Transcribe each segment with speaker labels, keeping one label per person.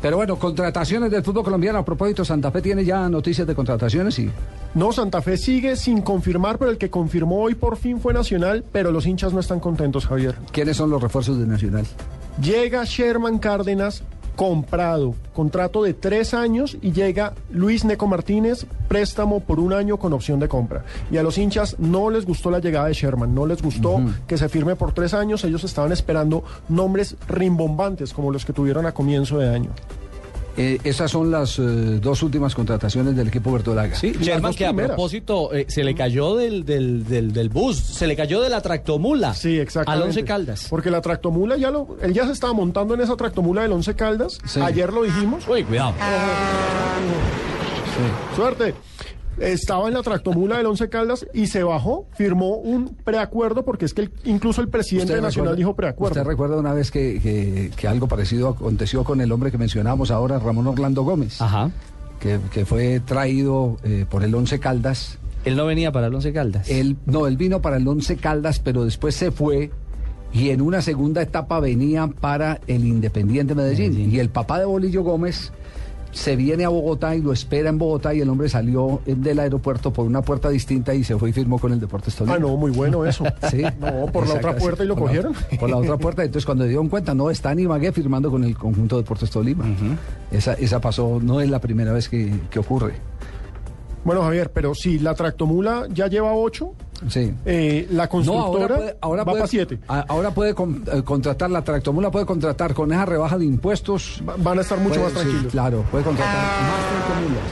Speaker 1: Pero bueno, contrataciones del fútbol colombiano. A propósito, Santa Fe tiene ya noticias de contrataciones y.
Speaker 2: No, Santa Fe sigue sin confirmar, pero el que confirmó hoy por fin fue Nacional, pero los hinchas no están contentos, Javier.
Speaker 1: ¿Quiénes son los refuerzos de Nacional?
Speaker 2: Llega Sherman Cárdenas, comprado, contrato de tres años y llega Luis Neco Martínez, préstamo por un año con opción de compra. Y a los hinchas no les gustó la llegada de Sherman, no les gustó
Speaker 1: Ujú.
Speaker 2: que se firme por tres años, ellos estaban esperando nombres rimbombantes como los que tuvieron a comienzo de año.
Speaker 1: Eh, esas son las eh, dos últimas contrataciones del equipo Bertolaga.
Speaker 3: Sí,
Speaker 2: Las
Speaker 3: Sherman
Speaker 2: dos
Speaker 3: que a
Speaker 2: primeras.
Speaker 3: propósito eh, se le cayó del, del, del, del bus, se le cayó de la tractomula.
Speaker 2: Sí, exactamente.
Speaker 3: Al Once Caldas.
Speaker 2: Porque la tractomula ya lo, él ya se estaba montando en esa tractomula del Once Caldas.
Speaker 1: Sí.
Speaker 2: Ayer lo dijimos.
Speaker 3: Uy, cuidado.
Speaker 2: Suerte. Estaba en la tractomula del Once Caldas y se bajó, firmó un preacuerdo, porque es que el- incluso el presidente
Speaker 1: ¿Usted
Speaker 2: de Nacional
Speaker 1: recuerda-
Speaker 2: dijo preacuerdo.
Speaker 1: ¿Usted recuerda una vez que, que- que algo parecido aconteció con el hombre que mencionábamos ahora, Ramón Orlando Gómez?
Speaker 3: Ajá.
Speaker 1: Que, que fue traído eh, por el Once Caldas.
Speaker 3: Él no venía para el Once Caldas.
Speaker 1: Él, no, él vino para el Once Caldas, pero después se fue y en una segunda etapa venía para el Independiente Medellín.
Speaker 3: Medellín.
Speaker 1: Y el papá de Bolillo Gómez se viene a Bogotá y lo espera en Bogotá y el hombre salió eh, del aeropuerto por una puerta distinta y se fue y firmó con el Deportes Tolima.
Speaker 2: Ah, no, muy bueno eso.
Speaker 1: Sí.
Speaker 2: No, por la
Speaker 1: Exacto,
Speaker 2: otra
Speaker 1: sí.
Speaker 2: puerta y lo
Speaker 1: Por la-
Speaker 2: cogieron.
Speaker 1: por la otra puerta. Entonces, cuando dieron cuenta, no, está en Ibagué firmando con el conjunto Deportes Tolima. esa, esa pasó, no es la primera vez que, que ocurre.
Speaker 2: Bueno, Javier, pero si la tractomula ya lleva ocho,
Speaker 1: Sí.
Speaker 2: eh, la
Speaker 1: No,
Speaker 2: constructora
Speaker 1: ahora puede, ahora
Speaker 2: va
Speaker 1: puede-
Speaker 2: para siete.
Speaker 1: a- ahora puede con- eh, contratar la tractomula, puede contratar con esa rebaja de impuestos.
Speaker 2: Va- Van a estar mucho
Speaker 1: puede-
Speaker 2: más
Speaker 1: sí,
Speaker 2: tranquilos.
Speaker 1: claro, puede contratar más tractomulas.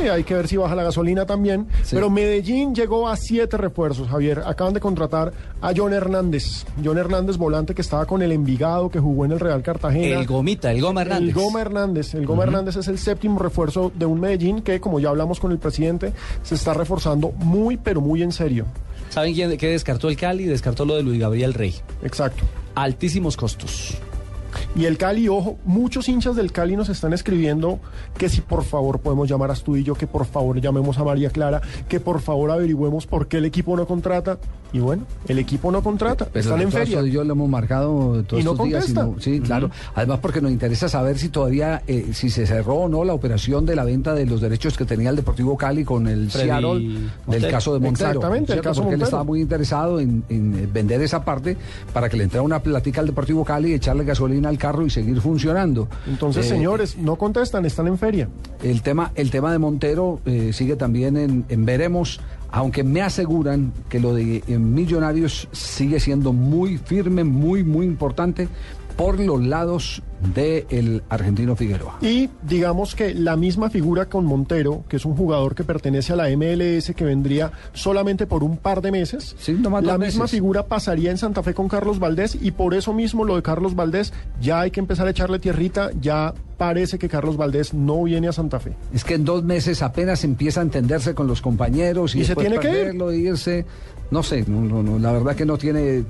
Speaker 2: Eh, hay que ver si baja la gasolina también.
Speaker 1: Sí.
Speaker 2: Pero Medellín llegó a siete refuerzos, Javier. Acaban de contratar a John Hernández. John Hernández, volante que estaba con el Envigado, que jugó en el Real Cartagena.
Speaker 3: el Gomita, el Goma Hernández.
Speaker 2: El Goma Hernández. El Goma Hernández es el séptimo refuerzo de un Medellín que, como ya hablamos con el presidente, se está reforzando muy, pero muy en serio.
Speaker 3: ¿Saben quién que descartó el Cali? Descartó lo de Luis Gabriel Rey.
Speaker 2: Exacto.
Speaker 3: Altísimos costos.
Speaker 2: Y el Cali, ojo, muchos hinchas del Cali nos están escribiendo que si por favor podemos llamar a Astudillo, que por favor llamemos a María Clara, que por favor averigüemos por qué el equipo no contrata. Y bueno, el equipo no contrata, están en
Speaker 1: doctor
Speaker 2: feria.
Speaker 1: Astudillo lo hemos marcado todos
Speaker 2: Y no
Speaker 1: estos días.
Speaker 2: contesta.
Speaker 1: sí, claro. Además, porque nos interesa saber si todavía, eh, si se cerró o no la operación de la venta de los derechos que tenía el Deportivo Cali con el
Speaker 3: Freddy
Speaker 1: Seattle del
Speaker 3: Montero.
Speaker 1: caso de Montero.
Speaker 2: Exactamente, el
Speaker 1: ¿cierto?
Speaker 2: caso
Speaker 1: Porque él
Speaker 2: Montero.
Speaker 1: estaba muy interesado en, en eh, vender esa parte para que le entrara una platica al Deportivo Cali, echarle gasolina al carro y seguir funcionando.
Speaker 2: Entonces,
Speaker 1: Eh,
Speaker 2: señores, no contestan, están en feria.
Speaker 1: el tema, el tema de Montero eh, sigue también en, en veremos, aunque me aseguran que lo de eh, Millonarios sigue siendo muy firme, muy, muy importante por los lados del argentino Figueroa.
Speaker 2: Y digamos que la misma figura con Montero, que es un jugador que pertenece a la MLS, que vendría solamente por un par de meses,
Speaker 1: Sí, nomás
Speaker 2: la
Speaker 1: dos
Speaker 2: misma
Speaker 1: meses.
Speaker 2: figura pasaría en Santa Fe con Carlos Valdés y por eso mismo lo de Carlos Valdés, ya hay que empezar a echarle tierrita, ya parece que Carlos Valdés no viene a Santa Fe.
Speaker 1: Es que en dos meses apenas empieza a entenderse con los compañeros y,
Speaker 2: Y se
Speaker 1: después
Speaker 2: tiene que ir.
Speaker 1: perderlo, irse. No sé, no, no, no, la verdad que no tiene, eh,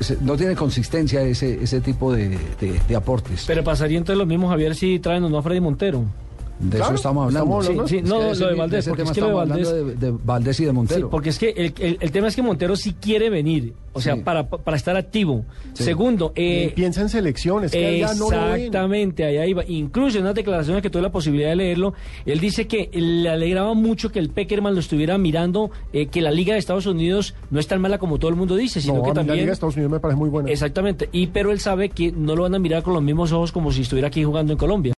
Speaker 1: se- no tiene consistencia ese, ese tipo de, de- de aportes.
Speaker 4: Pero pasaría entonces lo mismo, Javier, si traen o no a Freddy Montero.
Speaker 1: de
Speaker 2: claro,
Speaker 1: eso estamos hablando.
Speaker 2: estamos
Speaker 4: Sí,
Speaker 2: hablando-
Speaker 4: sí, no,
Speaker 1: Es que
Speaker 4: lo
Speaker 1: ese-
Speaker 4: de Valdés,
Speaker 1: ese
Speaker 4: porque es
Speaker 1: tema
Speaker 4: que lo de
Speaker 1: estamos
Speaker 4: Valdés...
Speaker 1: hablando de, de Valdés y de Montero.
Speaker 4: Sí, porque es que el, el- el tema es que Montero sí quiere venir, o sea,
Speaker 1: Sí.
Speaker 4: para, para estar activo.
Speaker 1: Sí.
Speaker 4: Segundo,
Speaker 2: Y
Speaker 4: eh,
Speaker 2: piensa en selecciones, que allá no lo ven.
Speaker 4: Exactamente, allá iba. Incluso en unas declaraciones que tuve la posibilidad de leerlo, él dice que le alegraba mucho que el Peckerman lo estuviera mirando, eh, que la Liga de Estados Unidos no es tan mala como todo el mundo dice, sino
Speaker 2: No, a
Speaker 4: que
Speaker 2: mí la Liga
Speaker 4: también...
Speaker 2: de Estados Unidos me parece muy buena.
Speaker 4: Exactamente, y pero él sabe que no lo van a mirar con los mismos ojos como si estuviera aquí jugando en Colombia.